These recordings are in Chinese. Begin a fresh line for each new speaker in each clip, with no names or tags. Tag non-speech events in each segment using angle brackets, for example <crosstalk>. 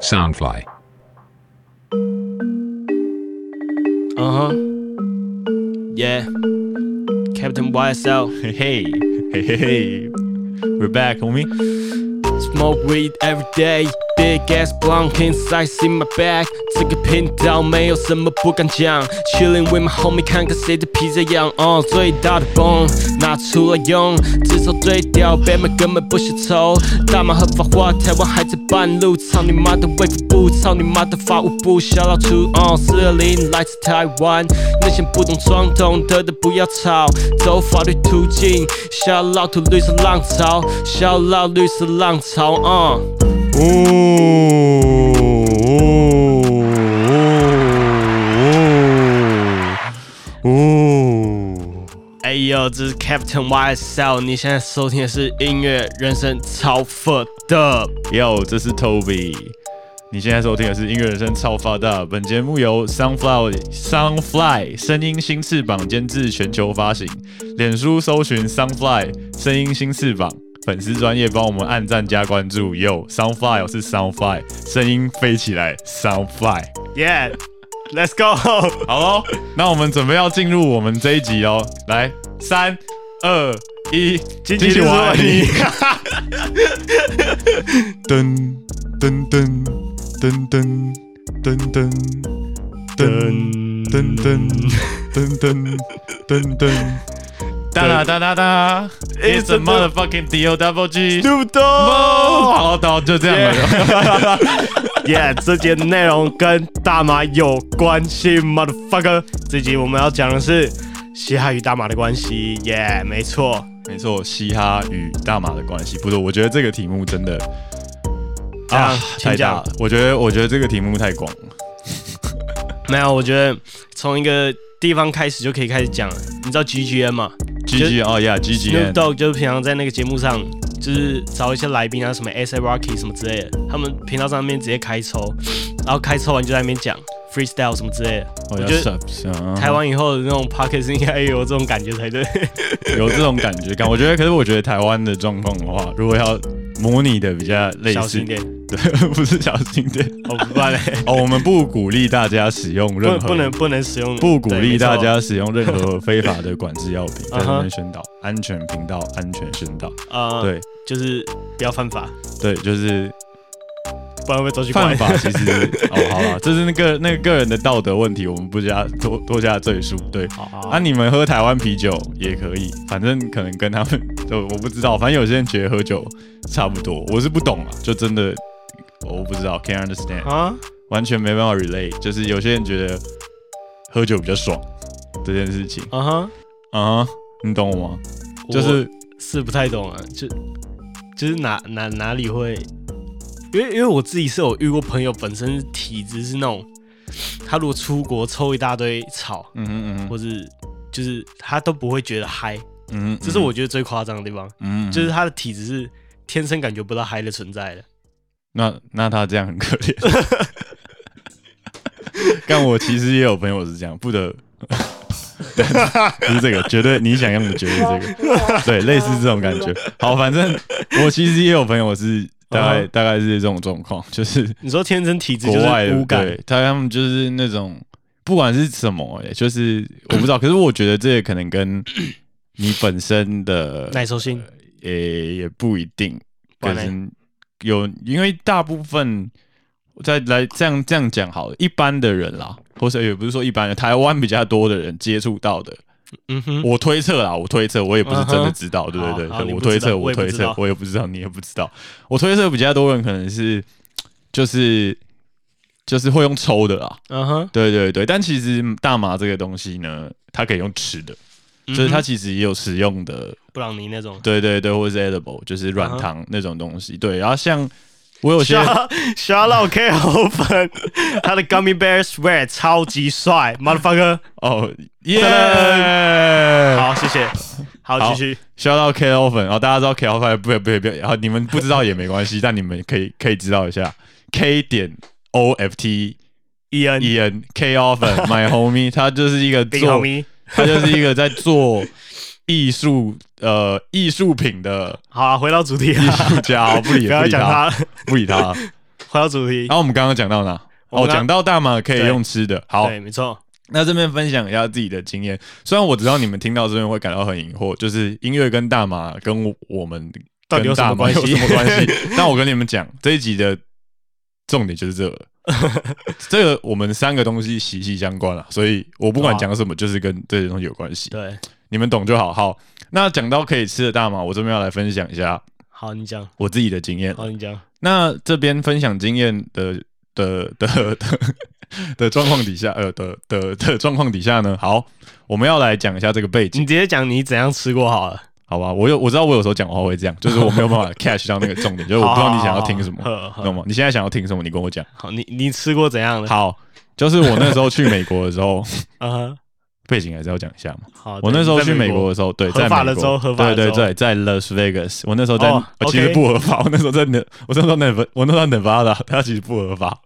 Soundfly.
Uh
Uh-huh.
huh. Yeah. Captain YSL.
Hey, hey, hey, hey, hey. We're back, homie.
Smoke weed every day. Big ass blunt inside in my bag。这个频道没有什么不敢讲。Chilling with my homie，看看谁的皮在痒。哦、最大的泵拿出来用，至少对调，北美根本不是愁。大麻合法化，台湾还在半路。操你妈的卫福部，操你妈的法务部，小老出。哦、四二零来自台湾，那些不懂装懂的都不要吵。走法律途径，小老土绿色浪潮，小老绿色浪潮。嗯。
哦哦哦哦！
哎呦，这是 Captain YSL，你现在收听的是音乐人生超 fuck 的。
哟，这是 Toby。你现在收听的是音乐人生超发达。本节目由 Sunflower Sunfly 声音新翅膀监制，全球发行。脸书搜寻 Sunfly 声音新翅膀，粉丝专业帮我们按赞加关注。哟，Sunfly 我是 Sunfly，声音飞起来，Sunfly。
Yeah，let's go。
好喽，那我们准备要进入我们这一集哦。来，三、二、一，
惊喜我爱你！
<laughs> 噔噔噔噔噔噔噔噔噔噔噔噔噔噔。哒啦哒哒哒，It's a motherfucking D O double G。
对不对？
好的，就这样了。
耶，这节的内容跟大麻有关系，motherfucker。这集我们要讲的是嘻哈与大麻的关系。耶、没错。
没错，嘻哈与大麻的关系。不是，我觉得这个题目真的啊
啊，请
太大
讲
了。我觉得，我觉得这个题目太广了。
没有，我觉得从一个地方开始就可以开始讲了。你知道 GGN 吗
G G 哦呀，G G
？Snoop
N
Dogg 就是平常在那个节目上，就是找一些来宾啊，什么 S A Rocky 什么之类的，他们频道上面直接开抽，然后开抽完就在那边讲 freestyle 什么之类的。
哦
我
呀
觉得
Subs，啊
台湾以后的那种 p o c k e t 应该有这种感觉才对。
有这种感觉感。我觉得，可是我觉得台湾的状况的话，如果要模拟的比较
<laughs>
类
小
似
心，点，
对，不是小心点。
我不管嘞，
<laughs> 哦，我们不鼓励大家使用任
不
何
不能不能使用，
不鼓
对
励大。
没
家使用任何非法的管制药品，在
嗯
这边
哼
宣导安全频道安全宣导。
错呃，
对
就是不要犯法，
对，就是
不然会抓去关
犯。
<laughs>
法其实哦，好了，这是那个那个个人的道德问题，我们不加多多加赘述。对，
好
啊，你们喝台湾啤酒也可以，反正可能跟他们，就我不知道，反正有些人觉得喝酒差不多，我是不懂啊，就真的我不知道，can't understand，、
啊，
完全没办法 relate，就是有些人觉得喝酒比较爽这件事情
啊哈，
啊你懂我吗？
我
就是
是不太懂啊，就就是哪哪哪里会，因为因为我自己是有遇过朋友，本身体质是那种，他如果出国抽一大堆草，
嗯哼嗯哼
或是就是他都不会觉得嗨，
嗯哼，
这是我觉得最夸张的地方，
嗯，嗯
就是他的体质是天生感觉不到嗨的存在的。
那那他这样很可怜。但我其实也有朋友是这样，不得，不是这个，绝对你想要的绝对是
<laughs>
这个，对，类似这种感觉。好，反正我其实也有朋友是大概、
嗯
大概是这种状况，就是
你说天生体质
国
就是
外的
无感，
对，他他们就是那种不管是什么、欸，就是我不知道，可是我觉得这个可能跟你本身的
耐受性
也也不一定，
不
可
然
能有，因为大部分再来这样这样讲好了，一般的人啦，或者也不是说一般的，台湾比较多的人接触到的，
嗯哼，嗯
我推测啦，我推测，我也不是真的知道对
好
对对
好你
对，我
不知
推
道
测，
我
我
也不
推
知
测
道，
我也不知道，你也不知道，我推测比较多人可能是就是就是会用抽的啦，
嗯哼，
对对对，但其实大麻这个东西呢，它可以用吃的，就是它
嗯哼
其实也有食用的
布朗尼那种。
对对对，或者是 edible，就是软糖那种东西。对，然后像我有些
小小老 K 好粉，他的 Gummy Bear Sweat 超级帅，motherfucker。
哦耶，
好，谢谢。
好
好，继续。
需要到 K O 粉哦，大家知道 K O 粉不不不不，然后你们不知道也没关系，但你们可以可以知道一下 K 点 O F T
伊恩，
E N K O 粉 my homie，他就是一个
冰
做
红咪。
他就是一个在做艺术呃艺术品的
好啊，回到主题
艺
啊，
术家，不理
不要
理
讲他了。
不理他。
回到主题
然，后我们刚刚讲到哪？哦，
我们刚
讲到大麻可以用吃的。好，
对，没错，
那这边分享一下自己的经验。虽然我知道你们听到这边会感到很疑惑，就是音乐跟大麻跟我我们
到底有
跟
什
大
么
麻
关系
有什么关系？但我跟你们讲，这一集的重点就是这个，这个我们三个东西息息相关了、所以我不管讲什么，就是跟这些东西有关系。
对，
你们懂就好。好，那讲到可以吃的大麻，我这边要来分享一下
好，你讲，
我自己的经验。
好，你讲，
那这边分享经验的的的的的状况底下，呃的的的状况底下呢，好，我们要来讲一下这个背景，
你直接讲你怎样吃过好了，
好吧？我有我知道我有时候讲话会这样，就是我没有办
<laughs>
法 catch 到那个重点，就是我不知道你想要听什么，
好好好
懂吗？你现在想要听什么？你跟我讲。
好，你你吃过怎样的？
好，就是我那时候去美国的时候， <laughs>
啊哈，
背景还是要讲一下嘛。
好，
我
哦对
那时候
你在
去美
美
国的时候，对，
合
在美
法
国
的州合法的
对对
州
对，在 Las Vegas，我那时候在，
哦
我其实
OK
不合法，我那时候在那，我那时候在 Neva，我那时候在 Nevada，它其实不合法，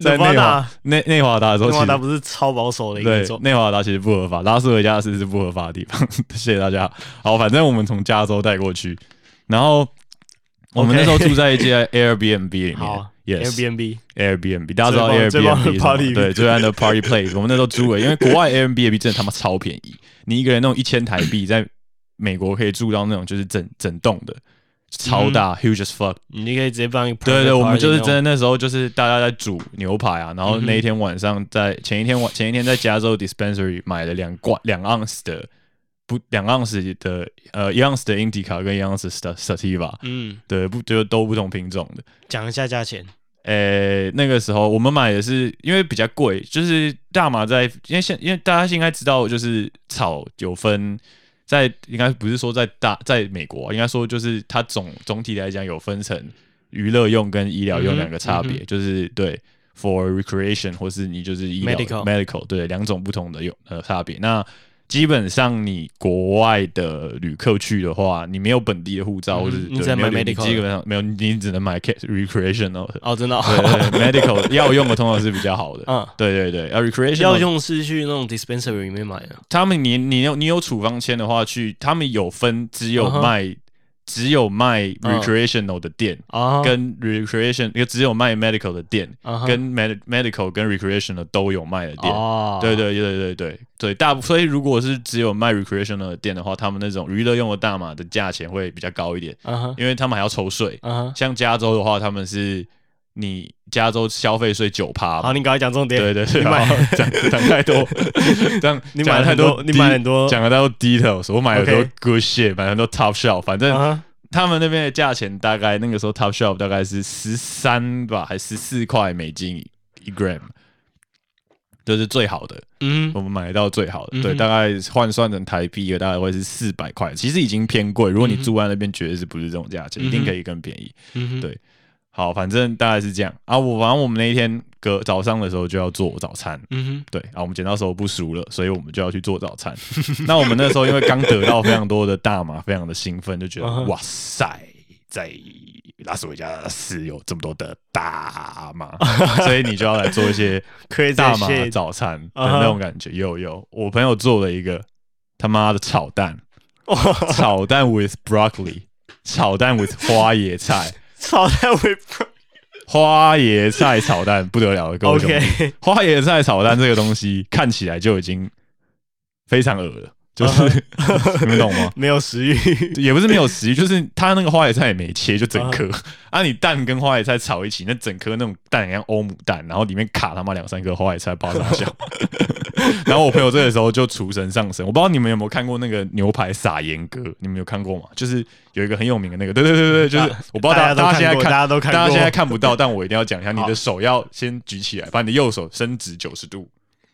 在内华
Nevada
内内华达的时候，
内
其
华达
实
不是超保守的一个
对
州，
内华达其实不合法，拉斯维加斯是不合法的地方， <laughs> 谢谢大家。好，反正我们从加州带过去，然后我们
OK
那时候住在一间 Airbnb 里面
好
，yes，
，Airbnb，
Airbnb，大家知道
最棒最
Airbnb 是
棒的
什么
party
对，最暗的 party place。我们那 <laughs> 时候租了，因为国外 Airbnb 真的他妈超便宜，你一个人那种一千台币，在美国可以住到那种就是整整栋的，超大、huge
嗯
as fuck。
你就可以直接办一个 private
对
party 那种，
对，我们就是真的那时候就是大家在煮牛排啊，然后那一天晚上
嗯
在前一天晚前一天在加州 dispensary 买了两罐两盎司的不两盎司的呃一盎司的 indica 跟一盎司的 sativa，
嗯，
对不就都不同品种的。
讲一下价钱，
呃、那个时候我们买的是因为比较贵，就是大麻在，因为现因为大家应该知道，就是草有分在，应该不是说在大在美国啊、应该说就是它总总体来讲有分成娱乐用跟医疗
嗯
用
哼
两个差别，就是对 for recreation 或是你就是医疗
Medical
medical 对两种不同的用呃差别。那基本上你国外的旅客去的话，你没有本地的护照，
嗯
或者
你只能买 medical
基本上没有，你只能买 ca- recreation 哦，
哦，真的哦，
对对
<laughs>
，medical 药用的通常是比较好的。
嗯，
对对对，啊，recreation
要用是去那种 dispensary 里面买的，
他们你你有你有处方签的话，去他们有分只有
嗯哼嗯
卖、只有卖 recreational 的店。
哦
啊，
跟 recreation 也只有卖 medical 的店
啊哈
跟 med medical 跟 recreational 都有卖的店
哦，
对对对对对对，大部所以如果是只有卖 recreational 的店的话，他们那种娱乐用的大码的价钱会比较高一点，
嗯哼，
因为他们还要抽税。
嗯
像加州的话，他们是你加州消费税九趴
哼，，好，你赶快讲重点，
对对对，
你买
好讲
<laughs>
讲太
<laughs>
多，这样
你
讲了
买了
太
很多，你买了很多，
讲了太多 details，我买了很多
OK
good shit，买了很多 top shelf，反
嗯
正
啊
他们那边的价钱大概那个时候 top shelf 大概是十三吧，还十四块美金一 gram，这是最好的，
嗯
我们买到最好的，
嗯哼
对，大概换算成台币大概会是四百块，其实已经偏贵，如果你
嗯哼
住在那边绝对是不是这种价钱，一
嗯
定
哼
可以更便宜。
嗯哼，
对好，反正大概是这样啊。我反正我们那一天隔早上的时候就要做早餐，
嗯
对啊，我们剪刀手不熟了，所以我们就要去做早餐。那我们那时候因为刚得到非常多的大麻，非常的兴奋，就觉
嗯
得
哼
哇塞，在拉斯维加斯有这么多的大麻，所以你就要来做一些
哼，可以
大麻早餐的
嗯哼
那种感觉。有有，我朋友做了一个他妈的炒蛋，
哇，
炒蛋 with broccoli，炒蛋 with 花椰菜。
炒在微波
花椰菜炒蛋不得了了，各位兄
<laughs>
弟
，OK，
花椰菜炒蛋这个东西看起来就已经非常恶了，就是、 <laughs> 你们懂吗？
没有食欲，
<laughs> 也不是没有食欲，就是它那个花椰菜也没切，就整颗啊，你蛋跟花椰菜炒一起，那整颗那种蛋很像欧姆蛋，然后里面卡他妈两三颗花椰菜，巴掌小。 <laughs> 然后我朋友这个时候就厨神上身，我不知道你们有没有看过那个牛排撒盐哥，你们有看过吗？就是有一个很有名的那个，对对对对，
<laughs>
就是
大
我不知道大家
大
家
家都
现在
看过
看
大家都看过
大家现在看不到，但我一定要讲一下，你
好
的手要先举起来，把你的右手伸直九十度，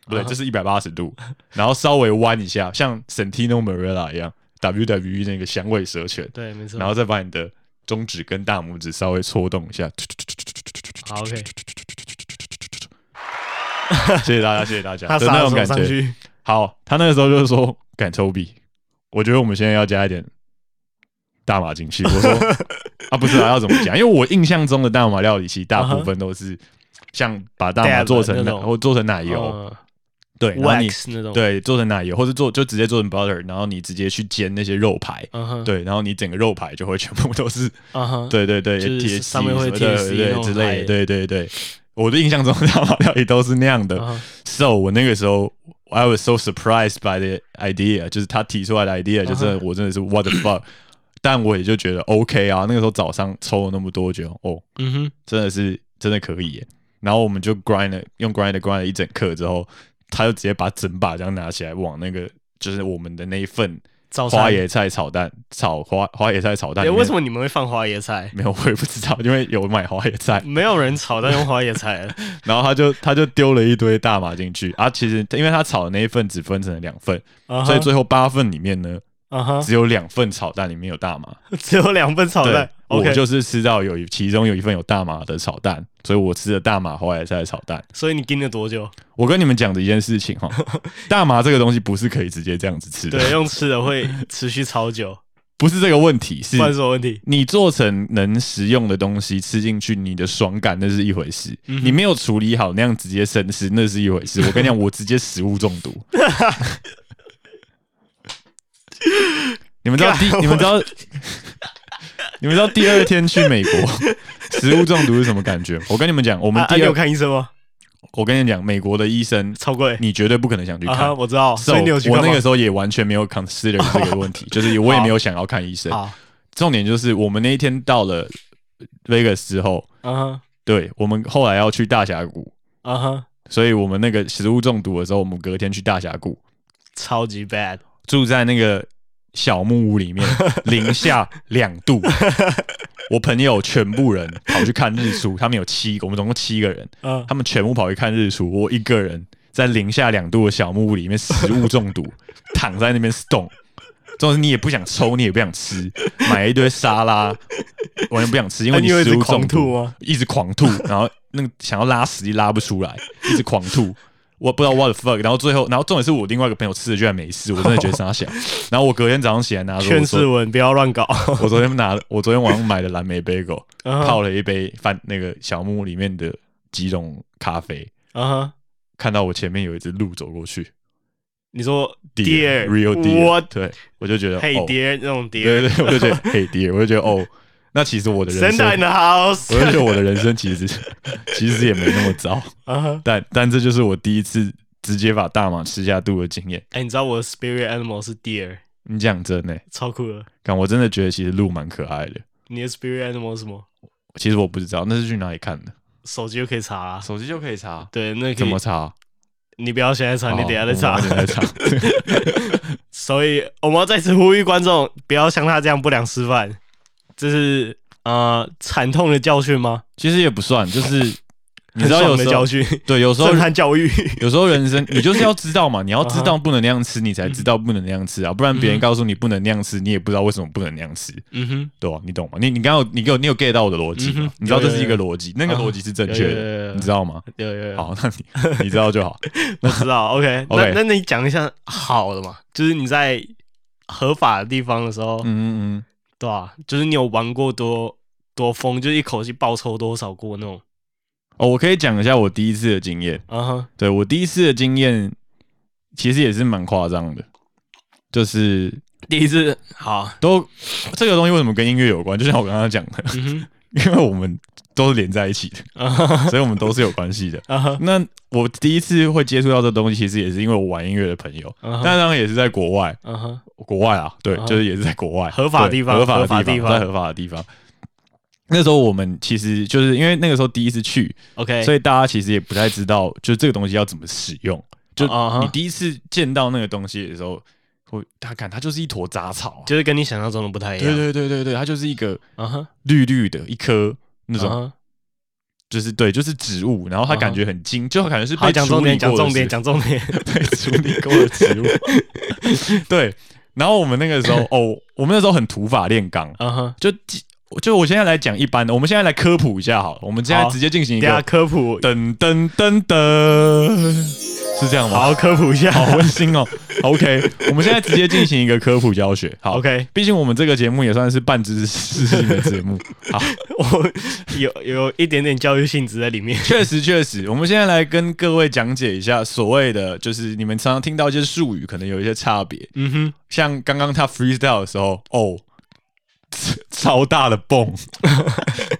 不对，
嗯
这是一百八十度，然后稍微弯一下，像 Santino Marella 一样，WWE 那个响尾蛇拳，
对，没错，
然后再把你的中指跟大拇指稍微搓动一下。 <laughs>
好，OK，
谢谢大家，谢谢大家，
他
的
撒
那
了
种
什么
感
上
觉。
去？
好，他那个时候就是说敢抽笔，我觉得我们现在要加一点大麻进去。我
<laughs>
说啊，不是啊，要怎么讲？因为我印象中的大麻料理，其实大部分都是像把大
啊
麻
哈
做成
嗯
奶
那种
或做成奶油，
嗯
哎对，然后你
wax 那种，，
对做成奶油，或是做就直接做成 butter，然后你直接去煎那些肉排，
嗯哼，，
对，然后你整个肉排就会全部 <laughs> 都是，
嗯哼，
对对对，
就是
铁
上面会
贴
贴丝那
对
种
之类
排
的，对对对。我的印象中，汉堡料理都是那样的。
嗯哼
So 我那个时候，I was so surprised by the idea，就是他提出来的 idea，就是
嗯
我真的是 what the fuck，但我也就觉得 OK 啊。那个时候早上抽了那么多，觉得哦，
嗯哼，
真的是真的可以耶。然后我们就 grind 了，用 grind 了 grind 了一整刻之后，他就直接把整把这样拿起来往那个就是我们的那一份
早餐
花椰菜炒蛋炒花花椰菜炒蛋
对，
里面。
为什么你们会放花椰菜？
没有？我也不知道，因为有买花椰菜。
没有人炒蛋用花椰菜
<laughs>
了，
然后他就他就丢了一堆大麻进去啊。其实因为他炒的那一份只分成了两份，
嗯哼
所以最后八份里面呢，
嗯哼，
只有两份炒蛋里面有大麻。
只有两份炒
对
蛋，
我
，OK，
就是吃到有一其中有一份有大麻的炒蛋，所以我吃了大麻花椰菜炒蛋。
所以你盯了多久？
我跟你们讲的一件事情
<laughs>
哈，大麻这个东西不是可以直接这样子吃的，
对，用吃的会持续超久，
不是这个问题， <laughs> 是
不然什么问题？
你做成能食用的东西吃进去，你的爽感那是一回事，
嗯
你没有处理好那样直接生吃那是一回事。我跟你讲，我直接食物中
<laughs>
毒。你们知道第
干
你们
<laughs>
知道你们知道第二天去美国食物中毒是什么感觉吗？我跟你们讲，我
啊
们
啊，你
第
有
二、
看医生吗？
我跟你讲，美国的医生
超贵
你绝对不可能想去
啊
看。
哈，我知道，
So，
<laughs> 所以你有去
我
看
那
吗
个？时候也完全没有 consider 这个问
<laughs>
题，就是我也没有想要看医生。
好，
重点就是我们那一天到了 Vegas 之后，
嗯哼，
对我们后来要去大峡谷，
嗯哼，
所以我们那个食物中毒的时候，我们隔天去大峡谷，
超级 bad，
住在那个小木屋
<laughs>
里面，零下两度。我朋友全部人跑去看日出，他们有七个，我们总共七个人，
嗯 <laughs>
他们全部跑去看日出，我一个人在零下两度的小木屋里面食物中
<laughs>
毒，躺在那边 stone。总之你也不想抽，你也不想
<laughs>
吃，买了一堆沙拉，完全不想吃，因为
哎你有一直
食物中
狂吐啊
毒
吗？
一直
<laughs>
狂吐，然后那个想要拉屎也拉不出来，一直狂吐。我不知道 what the fuck，然后最后，然后重点是我另外一个朋友吃了居然没事，我真的觉得
<laughs>
傻小。然后我隔天早上起来拿着我
劝世
昨
文不要乱搞，
我昨天拿我昨天晚上买的蓝莓 bagel，
<laughs> 嗯哼
泡了一杯饭那个小木屋里面的几种咖啡，
嗯哼，
看到我前面有一只鹿走过去
你说 deer
deer real
what？
deer，对我就觉得
嘿
哦，
deer 那种 deer，
对对，对我
<laughs>
就觉得 hey deer，我就觉得哦，那其实我的人
Send in
生，
the
我就
house，
觉得我的人生其实 <laughs> 其实也没那么糟，
<laughs> 嗯哼，
但但这就是我第一次直接把大麻吃下肚的经验。
哎，你知道我的 spirit animal 是 deer，
你讲真呢、
超酷的，
看我真的觉得其实鹿蛮可爱的。
你的 spirit animal 是什么？
其实我不知道那是去哪里看的，
啊手机就可以查啦。
手机就可以查，
对，那可
怎
以
么，查？
你不要现在查，你等一下再查
哦。我晚点再查。 <laughs>
所以我们要再次呼吁观众，不要像他这样不良示范，这是呃惨痛的教训吗？
其实也不
<laughs>
算，就是你
很
知道有
爽的
时
教
候
训，
对，有时候
震撼教
<laughs>
育。
有时候人生你就是要知道嘛，你要知道不能那样吃，你才知道不能那样吃啊，不然别人告诉你不能那样吃，你也不知道为什么不能那样吃，
嗯哼，
对吧、你懂吗？你你刚刚有你有你有 get 到我的逻辑
嗯
吗
哼？
你知道这是一
有
个
有
逻辑，那个
啊
逻辑是正确
有有有有
的，你知道吗？
有有有，
好，那你你知道就
<laughs>
好。
我知道。OK，那
<laughs> OK
那你讲一下好的嘛，就是你在合法的地方的时候，
嗯嗯嗯，
对吧、就是你有玩过多多疯，就是一口气暴抽多少过那种。
哦，我可以讲一下我第一次的经验。
嗯哼，
对我第一次的经验，其实也是蛮夸张的，就是
第一次好，
都这个东西为什么跟音乐有关？就像我刚刚讲的，
<laughs> 嗯
因为我们都是连在一起的，
哼，啊哈，
所以我们都是有关系的。
啊哈，
那我第一次会接触到这东西，其实也是因为我玩音乐的朋友，
嗯哼
但当然也是在国外，
嗯哼，
国外啊，对，
啊
就是也是在国外
合法的
对
地方
合法
合法
的
地
地
方
方，在合法的地方。那时候我们其实就是因为那个时候第一次去，
OK，
所
以
以大家其实也不太知道，就这个东西要怎么使用。就
啊哈
你第一次见到那个东西的时候，会大家看它就是一坨杂草啊、
就是跟你想象中的不太一样。
对对对对对，它就是一个
嗯哼，
绿绿的一颗那种
嗯哼
就是对，就是植物，然后它
嗯
感觉很精，就感觉是
好，
被
讲
处
重点，
理
讲
过的
重点，
植
讲重点。 <laughs>
被处理过的植物。对，然后我们那个时候，哦，我们那时候很土法炼钢，
嗯哼，
就基我就我现在来讲一般的，我们现在来科普一下好了，我们现在
好
直接进行一
等一下
个
科普，
噔噔噔噔，是这样吗？
好好科普一下。
好温馨哦。OK，我们现在直接进行一个科普教学。好
OK
毕竟我们这个节目也算是半知识性的节目。好，
我 <laughs> 有有一点点教育性质在里面。
确实确实，我们现在来跟各位讲解一下所谓的，就是你们常常听到一些术语，可能有一些差别。
嗯哼，
像刚刚他 freestyle 的时候，哦， <laughs> 超大
<laughs>
的泵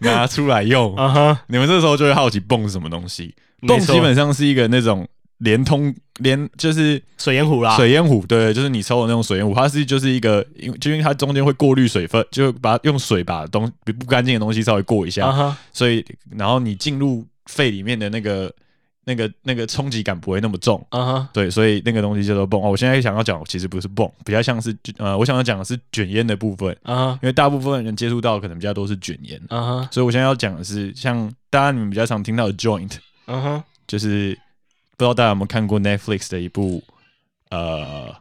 拿出来用，
啊哈，
你们这时候就会好奇泵是什么东西。泵
没错
基本上是一个那种连通连，就是
水烟壶啦，
水烟壶，对，就是你抽的那种水烟壶，它是就是一个，因为就因为它中间会过滤水分，就把它用水把东不不干净的东西稍微过一下，
啊哈，
所以然后你进入肺里面的那个那个那个冲击感不会那么重。
啊哈，
对，所以那个东西叫做泵哦。我现在想要讲，其实不是泵，比较像是呃，我想要讲的是卷烟的部分，
啊哈，
因为大部分人接触到可能比较多是卷烟，
啊哈，
所以我现在要讲的是像大家你们比较常听到的 joint，
啊哈，
就是不知道大家有没有看过 Netflix 的一部呃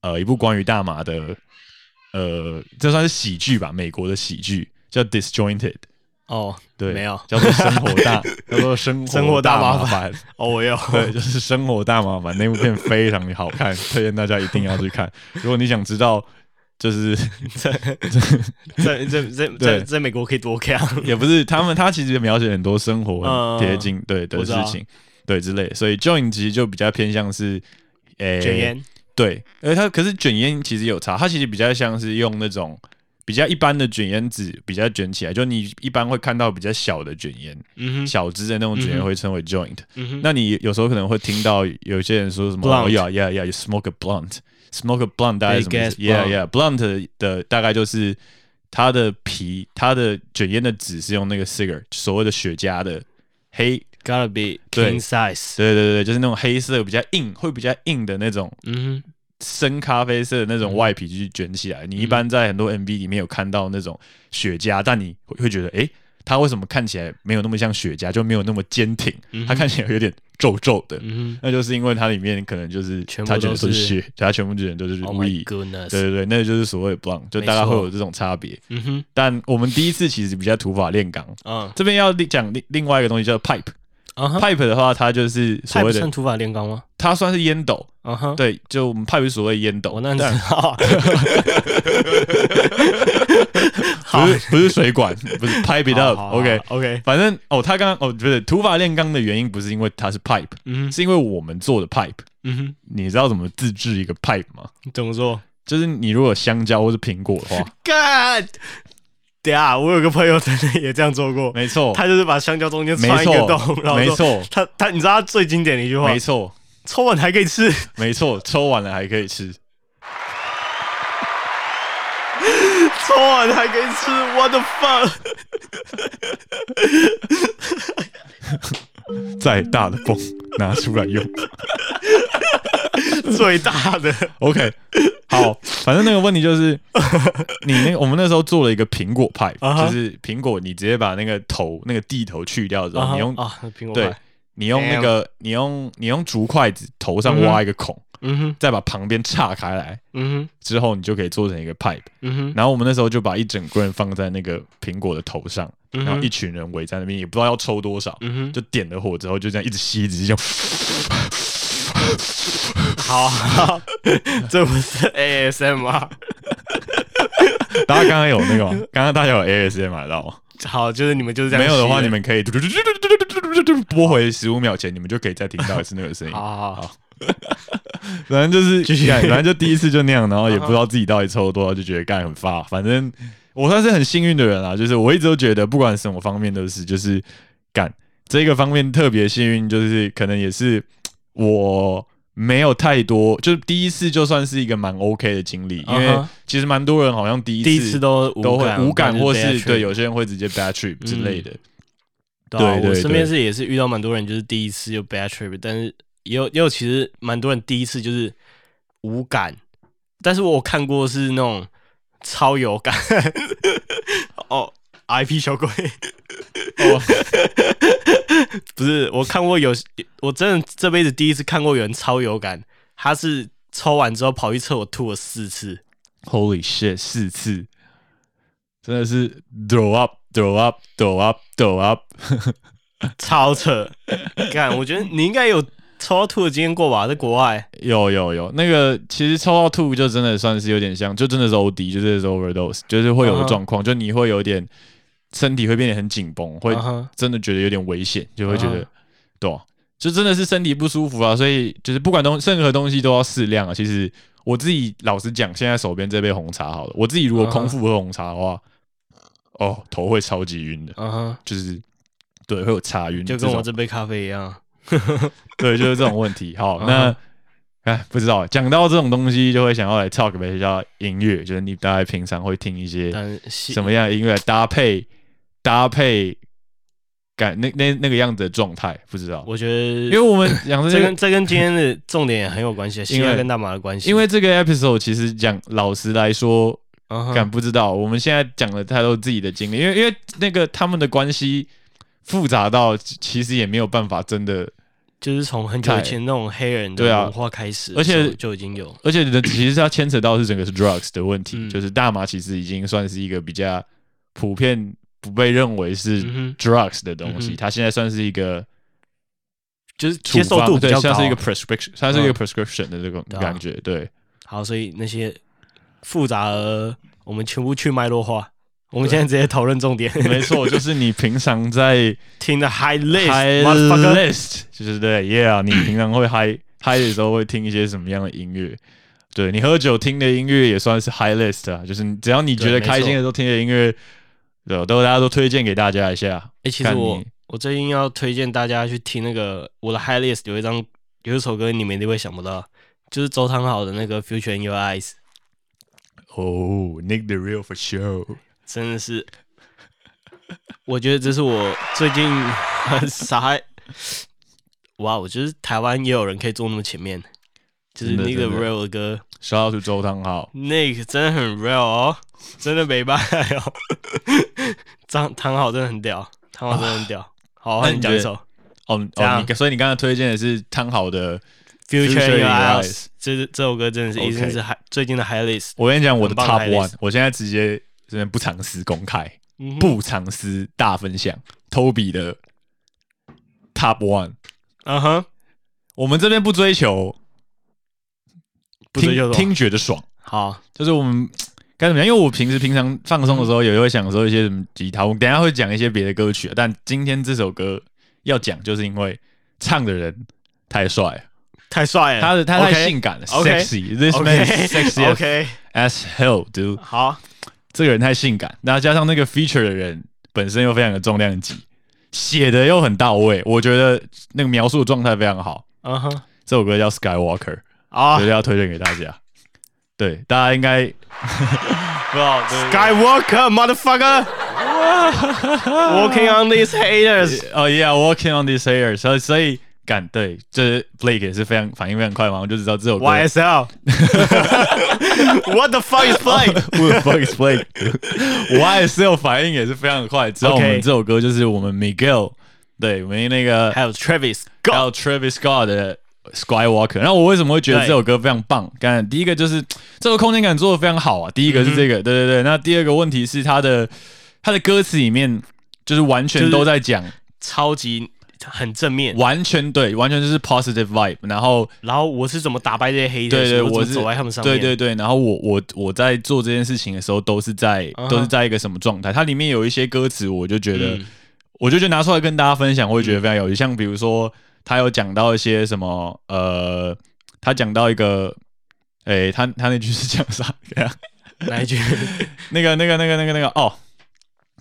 呃一部关于大麻的呃，这算是喜剧吧，美国的喜剧叫 Disjointed，
哦，
对，
没有
叫做生活
<laughs>
大，叫做生活
生活大麻
麻烦，
哦，我有， <laughs>
<laughs> 对，就是生活大麻烦那部片非常好看，推荐大家一定要去看。如果你想知道，就是 <laughs>
在在在在
对
在美国可以多看
也不是他们，他其实描写很多生活
嗯
很贴近、对的
我知
事
道
情，对之类的，所以 join 其实就比较偏向是，诶、
卷烟，
对，而它可是卷烟其实有差，它其实比较像是用那种比较一般的卷烟纸比较卷起来，就你一般会看到比较小的卷烟，
嗯哼，
小支的那种卷
嗯
烟
哼
会称为 joint、
嗯哼，
那你有时候可能会听到有些人说什么
Blunt
哦，yeah yeah yeah，you smoke a blunt，smoke a blunt 大概是什
Big
么
ass
意思？yeah yeah
blunt
blunt 的大概就是它的皮，它的卷烟的纸是用那个 cigar 所谓的雪茄的黑，
gotta be
对
king size，
对对对，就是那种黑色比较硬，会比较硬的那种
嗯哼，
深咖啡色的那
嗯
种外皮去卷起来。你一般在很多 MV 里面有看到那种雪茄，但你会会觉得，诶，它为什么看起来没有那么像雪茄，就没有那么坚挺？它看起来有点皱皱的。
嗯
那就是因为它里面可能就是
全部
它卷
都是
的是血，它全部卷的都是
哼，Oh
无
my
意。对
goodness，
对对，那就是所谓的 blunt，就大
没
家
错
会有这种差别。
嗯哼，
但我们第一次其实比较土法炼钢，
嗯，
这边要另讲另另外一个东西叫 pipe。
啊哈，
pipe 的话，它就是所
太不
谓的
算，土法炼钢吗？
它算是烟斗。
啊哈，
对，就我们 pipe 是所谓的烟
我
斗，
哦那知 <laughs> 道，好
不是不是水管，不是 pipe it
好好
up。OK，
好 OK，
反正哦，他刚刚哦，不是土法炼钢的原因不是因为它是 pipe，
嗯哼
是因为我们做的 pipe。
嗯
你知道怎么自制一个 pipe 吗？
哼，怎么说？
就是你如果有香蕉或是苹果
<laughs>
的话，
干，等一下，我有个朋友真的也这样做过，
没错，
他就是把香蕉中间
没
穿一个洞，然
错，
后
没
说
错，
他他，你知道他最经典的一句话
没，错，
抽完还可以吃，
没错，抽完了还可以吃。
抽完还可以吃，what the fuck？ <laughs>
再大的泵拿出来用。
最大的，
OK，好，反正那个问题
<laughs>
就是，你那个我们那时候做了一个苹果派
啊哈
就是苹果，你直接把那个头那个地头去掉之后，你用、
啊苹果
对
派，，
你用那个你用你用竹筷子头上挖一个孔，
嗯哼
再把旁边岔开来。
嗯哼
之后你就可以做成一个 pipe，
嗯哼，
然后我们那时候就把一整棍放在那个苹果的头上，
嗯
然后
哼
一群人围在那边，也不知道要抽多少，
嗯哼
就点了火之后就这样一直吸，一直吸，这 <laughs> 样
好，好 <laughs> 这不是 ASMR，
大家刚刚有那个吗？ <laughs> 刚刚大家有 ASM 买到吗？
好，就是你们就是这样
没
吸，
有的话，你们可以拨回十五秒前，你们就可以再听到一次那个
<laughs>
声音。
好好好，
反正就是
继续
干反正就第一次就
<laughs>
那样，然后也不知道自己到底抽了多少，就觉得干很发。反正我算是很幸运的人啦，就是我一直都觉得，不管什么方面都是，就是干这个方面特别幸运，就是可能也是我没有太多，就是第一次就算是一个蛮 OK 的经历，因为
啊哈
其实蛮多人好像第一次
第一次都
都会无感，或
就是 bad trip 嗯
对有些人会直接 bad trip 之类的。
对啊
对对
我身边
对
是也是遇到蛮多人，就是第一次就 bad trip，但是也有也有其实蛮多人第一次就是无感，但是我有看过是那种超有感，哦，IP 小鬼，
哦，
<laughs> 不是我看过有，我真的这辈子第一次看过有人超有感，他是抽完之后跑去厕所吐了四次，
Holy shit！四次，真的是 throw up throw up throw up throw up，
超扯！干，我觉得你应该有抽到吐的经验过吧？在国外，
有有有，那个其实抽到吐就真的算是有点像，就真的是 OD，就真的是 overdose，就是会有
嗯
的
哼
状况就你会有点身体会变得很紧绷，会
嗯哼
真的觉得有点危险，就会觉得
嗯
对啊、就真的是身体不舒服啊，所以就是不管东任何东西都要适量啊。其实我自己老实讲，现在手边这杯红茶好了，我自己如果空腹喝红茶的话，哦，头会超级晕的，
嗯哼，
就是对，会有茶晕，
嗯就跟我
这种
这杯咖啡一样。
对，就是这种问题。好，
嗯
那哎，不知道讲到这种东西，就会想要来 talk 一下音乐，就是你大概平常会听一些
但是
什么样的音乐来搭配搭配感那那那个样子的状态，不知道，
我觉得，
因为我们讲这
这
个
跟。这跟今天的重点也很有关系，西
因为
药跟大麻的关系。
因为这个 episode 其实讲老实来说，
嗯
敢
哼，
不知道。我们现在讲了太多自己的经历，因为因为那个他们的关系复杂到其实也没有办法真的
就是从很久以前那种黑人的
对啊
文化开始，
而且
就已经有。
而且的其实它牵扯到是整个是 drugs 的问题，
嗯
就是大麻其实已经算是一个比较普遍不被认为是
嗯哼，
drugs 的东西，
嗯哼
它现在算是一个
就是
处
接受
方
度比
对，
较高
像
啊。
是一个 prescription，它是一个
嗯
prescription 的这种
对啊
感觉，
<laughs>
对。
好，所以那些复杂而我们全部去脉络化。我们现在直接讨论重点，
没错，就是你平常在
<laughs> 听的 high
high
list，motherfucker
list，就是对，yeah，你平常会 <coughs> high high 的时候会听一些什么样的音乐？对你喝酒听的音乐也算是 high list 啊，就是你只要你觉
对
得
没错
开心的时候听的音乐，对，都大家都推荐给大家一下。
哎、其实
看
我
你
我最近要推荐大家去听那个我的 High List 有一张有一首歌，你们一定会想不到，就是周汤豪的那个 Future in Your Eyes，
哦、n i c k the real for sure。
真的是，我觉得这是我最近很傻。哇，我觉得台湾也有人可以做那么前面，就是
真的
那个
真的
real 的歌，
shout out to 周汤浩，
那个真的很 real 哦，真的没办法哦。 <laughs> 张唐豪真的很屌，唐豪真的很屌。好，
那
换
你
你讲一
觉得
首
哦
这
哦，
样
你所以你刚才推荐的是汤好的，
《Future in Your
Your
Eyes》
Eyes
这这首歌真的是
OK
一定是海最近的 High List。
我跟你讲我的
很棒的
top
high
one，
list
我现在直接真的不藏私公开，
嗯哼，
不藏私大分享，Toby 的 top one。
嗯哼，
我们这边不追求
不追求
听
什么
听觉的爽，
好，
就是我们该怎么样？因为我平时平常放松的时候，也会想说一些什么吉他。我们等一下会讲一些别的歌曲，啊但今天这首歌要讲，就是因为唱的人太帅了，
太帅了，
他的他太
OK，
性感了
OK
，sexy，this man
OK
is <laughs> sexy as-
OK，
as hell dude。
好，
这个人太性感，那加上那个 feature 的人本身又非常的重量级，写的又很到位，我觉得那个描述的状态非常好。
嗯哼，
这首歌叫 Skywalker。
啊
就是要推荐给大家。对，大家应该不知道
，Skywalker motherfucker，walking on these haters，
哦、yeah,，Walking on this air，所以所以敢对，这 Blake 也是非常反应非常快嘛，我就知道这首歌。
YSL。What the fuck is
<laughs>
Blake？
<laughs> Who the fuck is Blake？YSL 反应也是非常快。之后我
OK
们这首歌就是我们 Miguel，对我们那个
还有 Travis
还
Scott，
有 Travis Scott 的 Skywalker。然后我为什么会觉得
对
这首歌非常棒？刚才第一个就是这个空间感做的非常好啊。第一个是这个，对对对。那第二个问题是他的他的歌词里面就是完全都在讲，
超级很正面。
完全对，完全就是 positive vibe。然后
然后我是怎么打败这些黑
对对，
人？
我
我
是
怎么走在他们上面。
对对对。然后我我我在做这件事情的时候，都是在
嗯哼
都是在一个什么状态？它里面有一些歌词，我就觉得
嗯。
我就觉得拿出来跟大家分享，会觉得非常有趣。像比如说，他有讲到一些什么，呃，他讲到一个，诶、他他那句是讲啥？ <laughs> 等一下
哪一
<laughs>
句？
那个那个那个那个那个哦，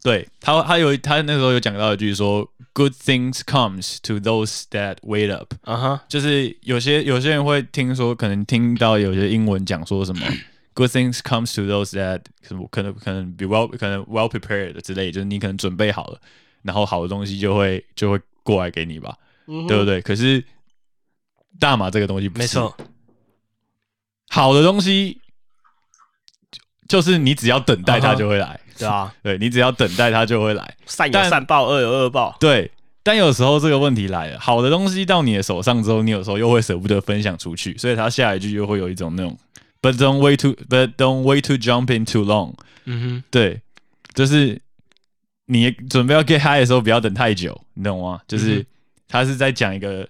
对他他有他那时候有讲到一句说，Good things comes to those that wait up，
啊哈，
就是有些有些人会听说，可能听到有些英文讲说什么 “good things comes to those that” 什么可能可能 be well 可能 well prepared 之类，就是你可能准备好了，然后好的东西就会就会过来给你吧，对不对？可是大麻这个东西不
嗯
是
没错，，
好的东西就就是你只要等待它
啊哈
就会来，
对啊，
对你只要等待它就会来，
<laughs> 善有
但
善报，恶有恶报。
对，但有时候这个问题来了，好的东西到你的手上之后，你有时候又会舍不得分享出去，所以他下一句又会有一种那种 “but don't wait too but don't wait to jump in too long”，
嗯哼，
对，就是你准备要 get high 的时候，不要等太久，你懂吗？就是
嗯
他是在讲一个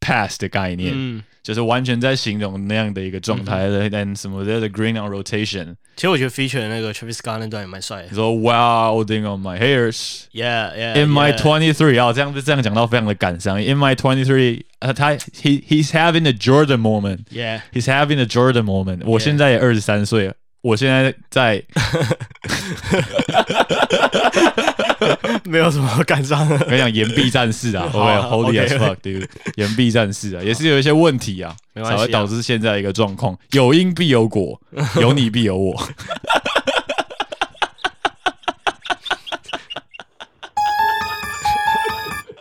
past 的概念，
嗯，
就是完全在形容那样的一个状态。And 什么 there's a green on rotation，
其实我觉得 feature 的那个 Travis Scott 那段也蛮帅
你
的。
说 wilding on my hairs。
Yeah, yeah.
In my
yeah.
twenty three 啊，这样这样讲到非常的感伤。In my twenty three，呃，他 he he's having a Jordan moment。
Yeah， <laughs>
He's having a Jordan moment。我现在也二十三岁了，我现在在
没有什么感伤的。
我
<laughs>
跟你讲，岩壁战士啊
好啊
，OK，Holy
OK
as fuck，dude，岩壁战士啊，也是有一些问题啊，
没关
才
系啊
会导致现在一个状况。有因必有果，有你必有
<laughs>
我。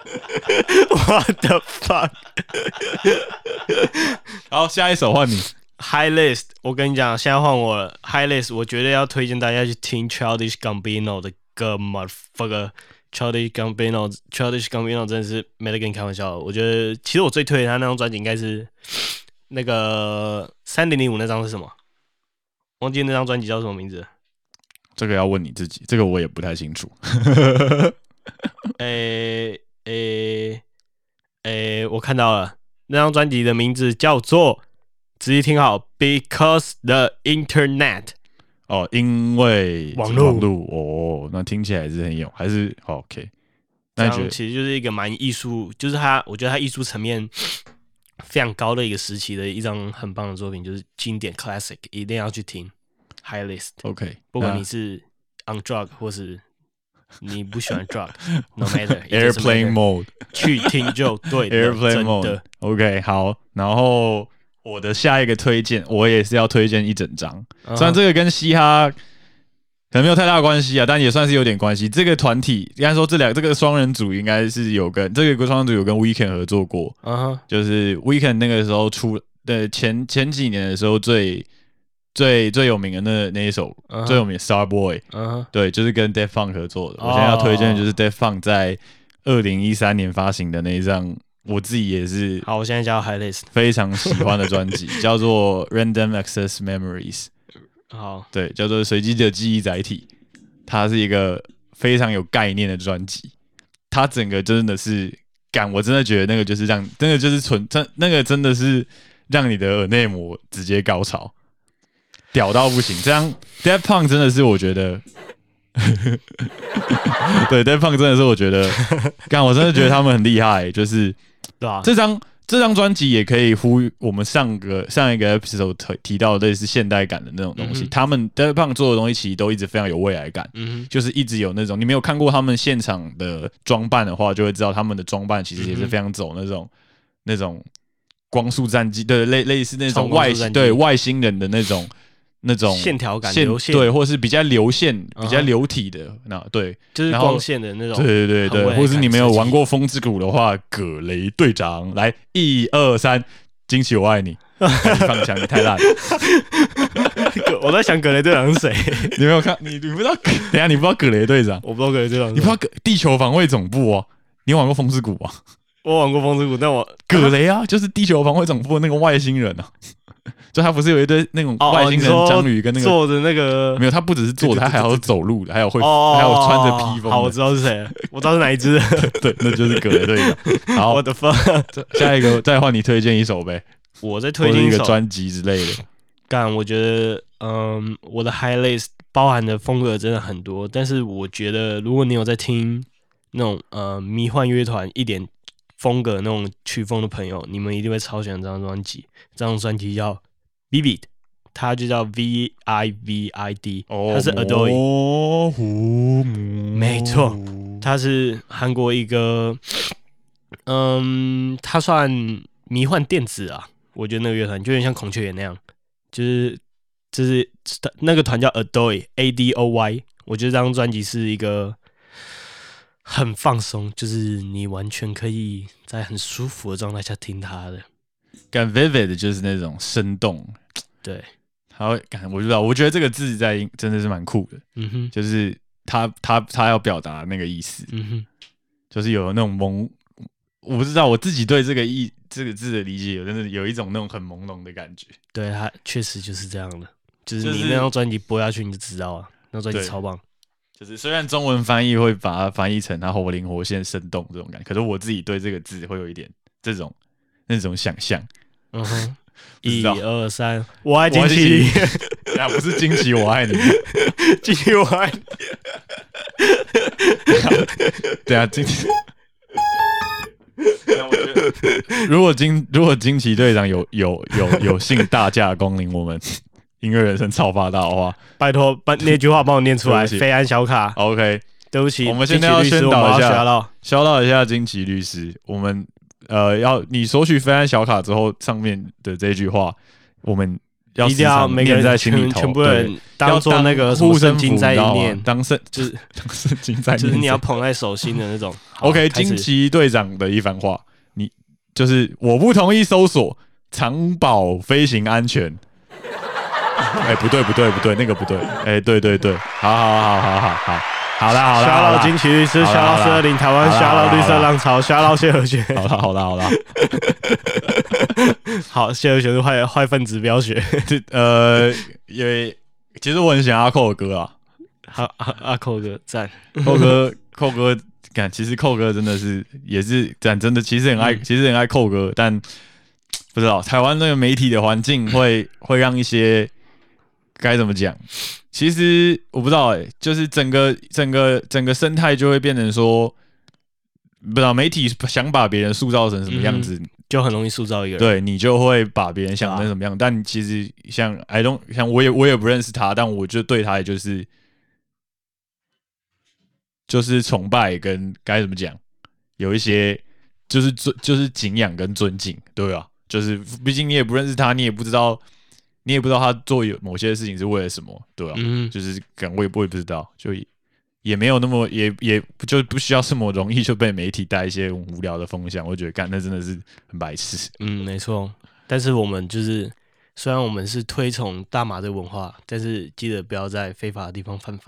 What the fuck？
好，下一首换你。
High List，我跟你讲，现在换我了。High List，我绝对要推荐大家去听 Childish Gambino 的歌，motherfucker。Childish Gambino，Childish Gambino 真的是没得跟你开玩笑的。我觉得，其实我最推的他那张专辑应该是那个三零零五那张是什么？忘记那张专辑叫什么名字了？
这个要问你自己，这个我也不太清楚。
诶诶诶，我看到了，那张专辑的名字叫做，仔细听好，Because the Internet。
哦，因为
网络
哦，那听起来是很有，还是好 OK？
这
那你觉
样
得
其实就是一个蛮艺术，就是他，我觉得他艺术层面非常高的一个时期的一张很棒的作品，就是经典 classic，一定要去听 High List，
OK？
不管
哦那
你是 on drug 或是你不喜欢
<laughs>
drug，no matter it doesn't matter，
Airplane Mode。
去听就对了
<laughs> Airplane
真
Mode
的。。
OK，好，然后我的下一个推荐，我也是要推荐一整张，
嗯
虽然这个跟嘻哈可能没有太大关系啊，但也算是有点关系。这个团体应该说这两这个双人组应该是有跟这个双人组有跟 Weekend 合作过，
嗯哼，
就是 Weekend 那个时候出的前前几年的时候最最最有名的那那一首、
嗯哼
最有名的 Star Boy，
嗯哼，
对，就是跟 Def Funk 合作的。
哦
我现在要推荐的就是 Def Funk 在二零一三年发行的那一张，我自己也是
好，我现在加到 High List，
非常喜欢的专
<laughs>
辑，叫做《Random Access Memories》，
好，
对，叫做随机的记忆载体。它是一个非常有概念的专辑，它整个真的是感，我真的觉得那个就是让，那个就是纯，真那个真的是让你的耳内膜直接高潮，屌到不行。这样 Dead Punk 真的是我觉得。 <laughs> 对，Dead Punk 真的是我觉得，干，我真的觉得他们很厉害，就是
对吧？
这张这张专辑也可以呼吁我们上个上一个 episode 提提到类似现代感的那种东西，
嗯哼
他们 d e a p u n 做的东西其实都一直非常有未来感。
嗯
就是一直有那种，你没有看过他们现场的装扮的话，就会知道他们的装扮其实也是
嗯哼
非常走那种、那种光速战机，对，类类似那
超
种
光速
外
战
星
机
对外星人的那种那种
哼，线条感、
线
流线，
对，或是比较流线、比
嗯
较
哼
流体的那对，
就是
然后
光线的那种，
对对对
很未
对，
来
或是你没有
感 <laughs>
玩过《风之谷》的话，葛雷队长来一二三，惊奇我爱你，哎你放枪你太烂了，
我在想葛雷队长是谁，
你没有看你你不知道，等一下你不知道葛雷队长，
我不知道葛雷队长是谁，
你不知道葛地球防卫总部哦，你有玩过《风之谷》啊？
我玩过风之谷，但我
葛雷啊，就是地球防卫总部的那个外星人啊，就他不是有一堆那
<laughs>
种
哦
外星人
你说
章鱼跟那个。
坐着那个
没有，他不只是坐的，他还有走路的，还有会，
哦，
还有穿着披风
好，我
的。
知道是谁了，我知道是哪一
<laughs>
只。
对，那就是葛雷队长。好
我，的 fuck！
<laughs> 下一个再换你推荐一首呗，
我在
或
推
者
荐
一个
首
专辑之类的。
干，我觉得，嗯，我的 high list 包含的风格真的很多，但是我觉得，如果你有在听那种呃迷幻乐团一点风格那种曲风的朋友，你们一定会超喜欢这张专辑。这张专辑叫 Vivid，它就叫 V I V I D，它是 Adoy。
哦模糊模糊
没错他是韩国一个，嗯，他算迷幻电子啊，我觉得那个乐团就有点像孔雀眼那样，就是就是那个团叫 Adoy A D O Y，我觉得这张专辑是一个很放松，就是你完全可以在很舒服的状态下听它的，
感 vivid 就是那种生动，
对，
他会感，我知道，我觉得这个字在英真的是蛮酷的，
嗯哼，
就是他他他要表达那个意思，
嗯哼，
就是有那种懵，我不知道我自己对这个意这个字的理解，有真的有一种那种很朦胧的感觉。
对，它确实就是这样的，就是
就
你
是
那张专辑播下去你就知道了，那张专辑
对
超棒，
就是虽然中文翻译会把它翻译成它活灵活现、生动这种感觉，可是我自己对这个字会有一点这种那种想象。
嗯
<laughs>
哼，
知
一
道
二三，我爱
我
惊
爱
奇，
啊，不是惊奇，我 <laughs> 爱你。
<laughs> 惊奇我爱你，
<laughs> 对啊，惊奇。但我觉得如果惊如果惊奇队长有有有有幸大驾光临我们 <laughs> 音乐人生超发大的话
拜托把那句话帮我念出来。
对不起
飞安小卡，
，OK，
对不起，
我们现在
惊
要
奇律师
宣
我们
导
要
一下
学到
消到一下金奇律师，我们呃要你索取飞安小卡之后，上面的这句话，我们要
一定要
时常
每个
念
人
在心里
全
头，
全部
对
人当做那个
要
什么
护身
圣
符
经在
你知道吗
念，
当 <laughs> 圣
就是
当圣经在念，
就是你要捧在手心的那
<laughs>
种。好
OK
开始
惊奇队长的一番话，你就是我不同意搜索藏宝飞行安全。 <laughs> 哎、不对，不对，不对，那个不对。哎、对对对，好好好好好好，好啦好啦，
小
好啦
老金奇律师，
好
小
啦好啦
老四二零台湾，
好啦
小老绿
好啦
色浪潮，小
<laughs>
老谢和弦。
好啦好啦好啦，
好，谢和弦是坏坏分子，不要学。 <laughs>
这呃，因为其实我很喜欢阿扣的歌啊，
好，阿阿扣哥赞，
扣哥扣哥，感其实扣哥真的是也是讲真的，其实很爱，
嗯
其实很爱扣哥，但不知道台湾那个媒体的环境会会让一些该怎么讲？其实我不知道哎、就是整个整个整个生态就会变成说，不知道媒体想把别人塑造成什么样子，
就很容易塑造一个人。啊
对你就会把别人想成什么样。但其实像 I don't 像我也我也不认识他，但我就对他也就是就是崇拜跟该怎么讲，有一些就是尊就是敬仰跟尊敬，对啊，就是毕竟你也不认识他，你也不知道你也不知道他做有某些事情是为了什么，对啊，
嗯，
就是感我也不我也不知道，就也也没有那么也也就不需要这么容易就被媒体带一些很无聊的风向，我觉得干那真的是很白痴。
嗯，没错。但是我们就是，虽然我们是推崇大麻的文化，但是记得不要在非法的地方犯法。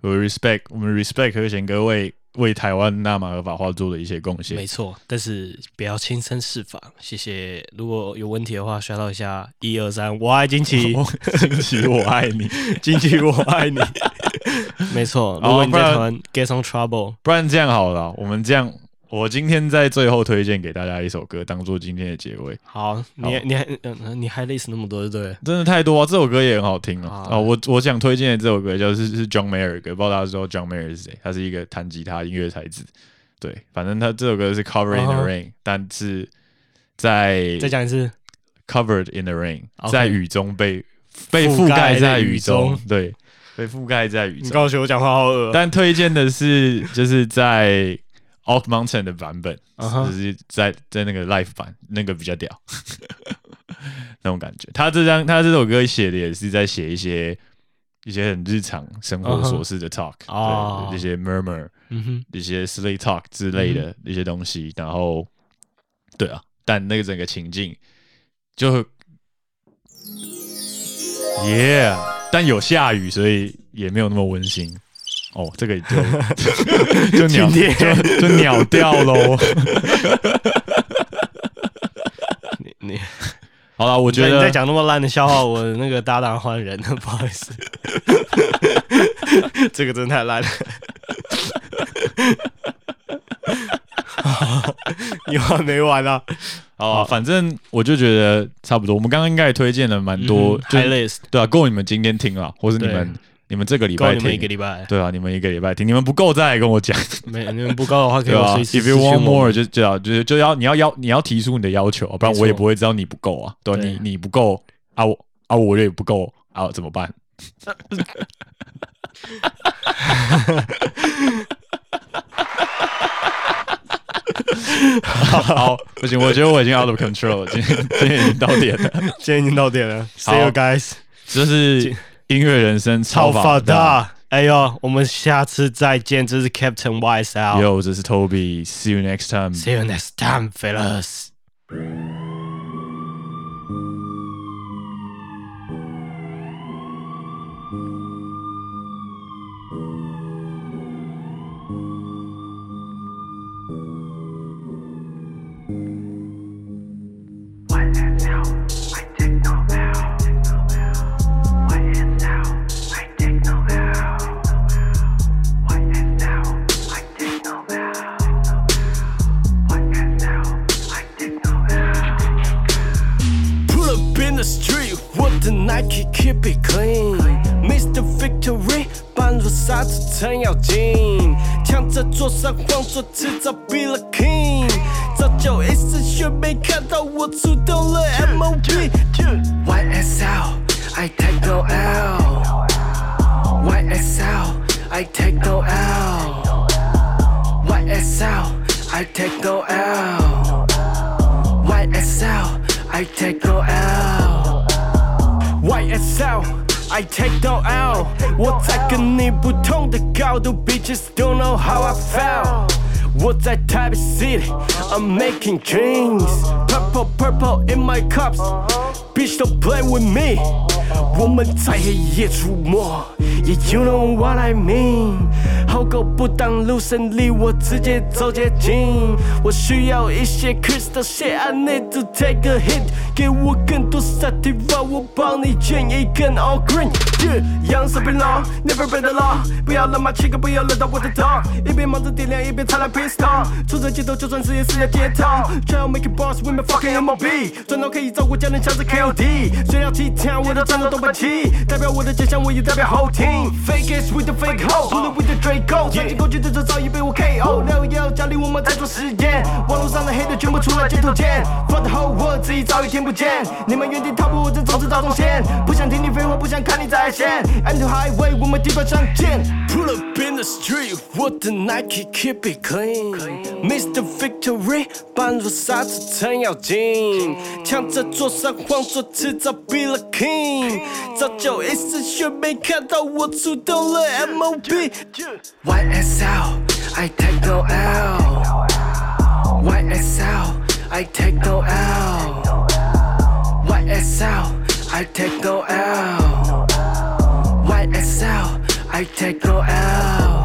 我 respect 我们 respect 和弦哥为为台湾纳马合法化做的一些贡
没
献。
错，但是不要轻生释法。谢谢。如果有问题的话，刷到一下一二三， <laughs> 我爱金奇，
<laughs> 惊奇，我爱你。
金奇我爱你。 <laughs> 没错，如果你在
不然
台湾 get some trouble，
不然这样好了，我们这样，我今天在最后推荐给大家一首歌，当做今天的结尾。
好，你你还嗯你还 list 那么多，对不对了？
真的太多啊，这首歌也很好听哦。啊、
好
我我想推荐的这首歌就是是 John Mayer 的歌，不知道大家知道 John Mayer 是谁？他是一个弹吉他音乐才子。对，反正他这首歌是 Covered in
哦
the Rain，、但是在
再讲一次。
covered in the rain，、
OK
在雨中被被覆盖在雨中，对，被覆盖在雨
你
中。
告诉我讲话好恶
但推荐的是
<laughs>
就是在 Alt Mountain 的版本
嗯哼
就是在在那个 Live 版那个比较屌， <laughs> 那种感觉。他这张他这首歌写的也是在写一些一些很日常生活
嗯哼
琐事的 talk，、
哦
对，这些 murmur，
嗯哼，
一些 slay talk 之
嗯
类的一些东西，然后对啊，但那个整个情境就，yeah，但有下雨，所以也没有那么温馨。哦，这个
<laughs>
就就鸟
今天
就就鸟掉
<laughs>
喽。
你你
好了，我
觉
觉
得你在
得
讲那么烂的笑话，我那个搭档换人 <laughs> 了，不好意思，这个真的太 <laughs> 烂了。有完没完啊？
好啊，反正我就觉得差不多。我们刚刚应该也推荐了蛮嗯多，就
high list，
对啊，够你们今天听了，或是你
嗯对
们你们这个礼
够
拜
你们一个
听。
礼拜，
对啊，你们一个礼拜听，你们不够再来跟我讲。
没 <laughs> 你们不高的话可
对
以
啊
随时
，If you want
私讯我
more，
们
就就要就就要你要要你要提出你的要求，不然
没错
我也不会知道你不够啊。对啊，
对
你你不够啊，我啊我也不够啊，怎么办？ <laughs> 好，不行，我觉得我已经 out of control 了，今天今天已经到点了，
今天已经到点了
好
，See you guys，
这是音乐人生超
超
啊法
发
大。
大，哎呦，我们下次再见，这是 Captain Wise out，See
Yo，这是 Toby，see you next time。
you next time, fellas。
What hands out? I take no out. What hands out? I take no out.
Nike keep it clean。Mr. Victory 般若杀子程咬金，抢在桌上光说迟早 be the king。早就一丝血没看到我出动了 MOB。
YSL, I take no L. YSL, I take no L. YSL, I take no L. YSL, I take no L.
YSL。I take no L，我在跟你不同的高度，Bitches don't know how I felt。我在台北 City，I'm making dreams，purple purple in my cups，bitch don't play with me。我们在黑夜出没，Yeah you know what I mean。好狗不挡路，胜利我直接走捷径。我需要一些 crystal shit，I need to take a hit，给我更多 sativa，我帮你建一根 all green。Young s u b e long，never been alone，不要乱骂七个，不要乱到我的头。一边忙着点亮，一边擦亮 pistol。出着街头，就算是也是在街头。Try to make it boss with my fucking MOB，赚到可以照顾家人，像是 KOD。虽然其他我的战斗都板齐，代表我的家乡，我也代表 whole team。Fake is with the fake hoe，输了 with the Draco。传进过去的这早已被我 KO。六幺家里我们在做实验，网络上的黑的全部出来街头见。What the hell，我自己早已听不见。你们原地踏步，我正走着大动线。不想听你废话，不想看你在线。End to highway，我们地板上见。Pull up in the street，我的 Nike keep it clean。Mr. Victory，般若杀子程咬金，抢着桌上晃说迟早 be the king。早就一丝血没看到我出动了 MOB。
YSL, I take no L. YSL, I take no L. YSL, I take no L. YSL, I take no L.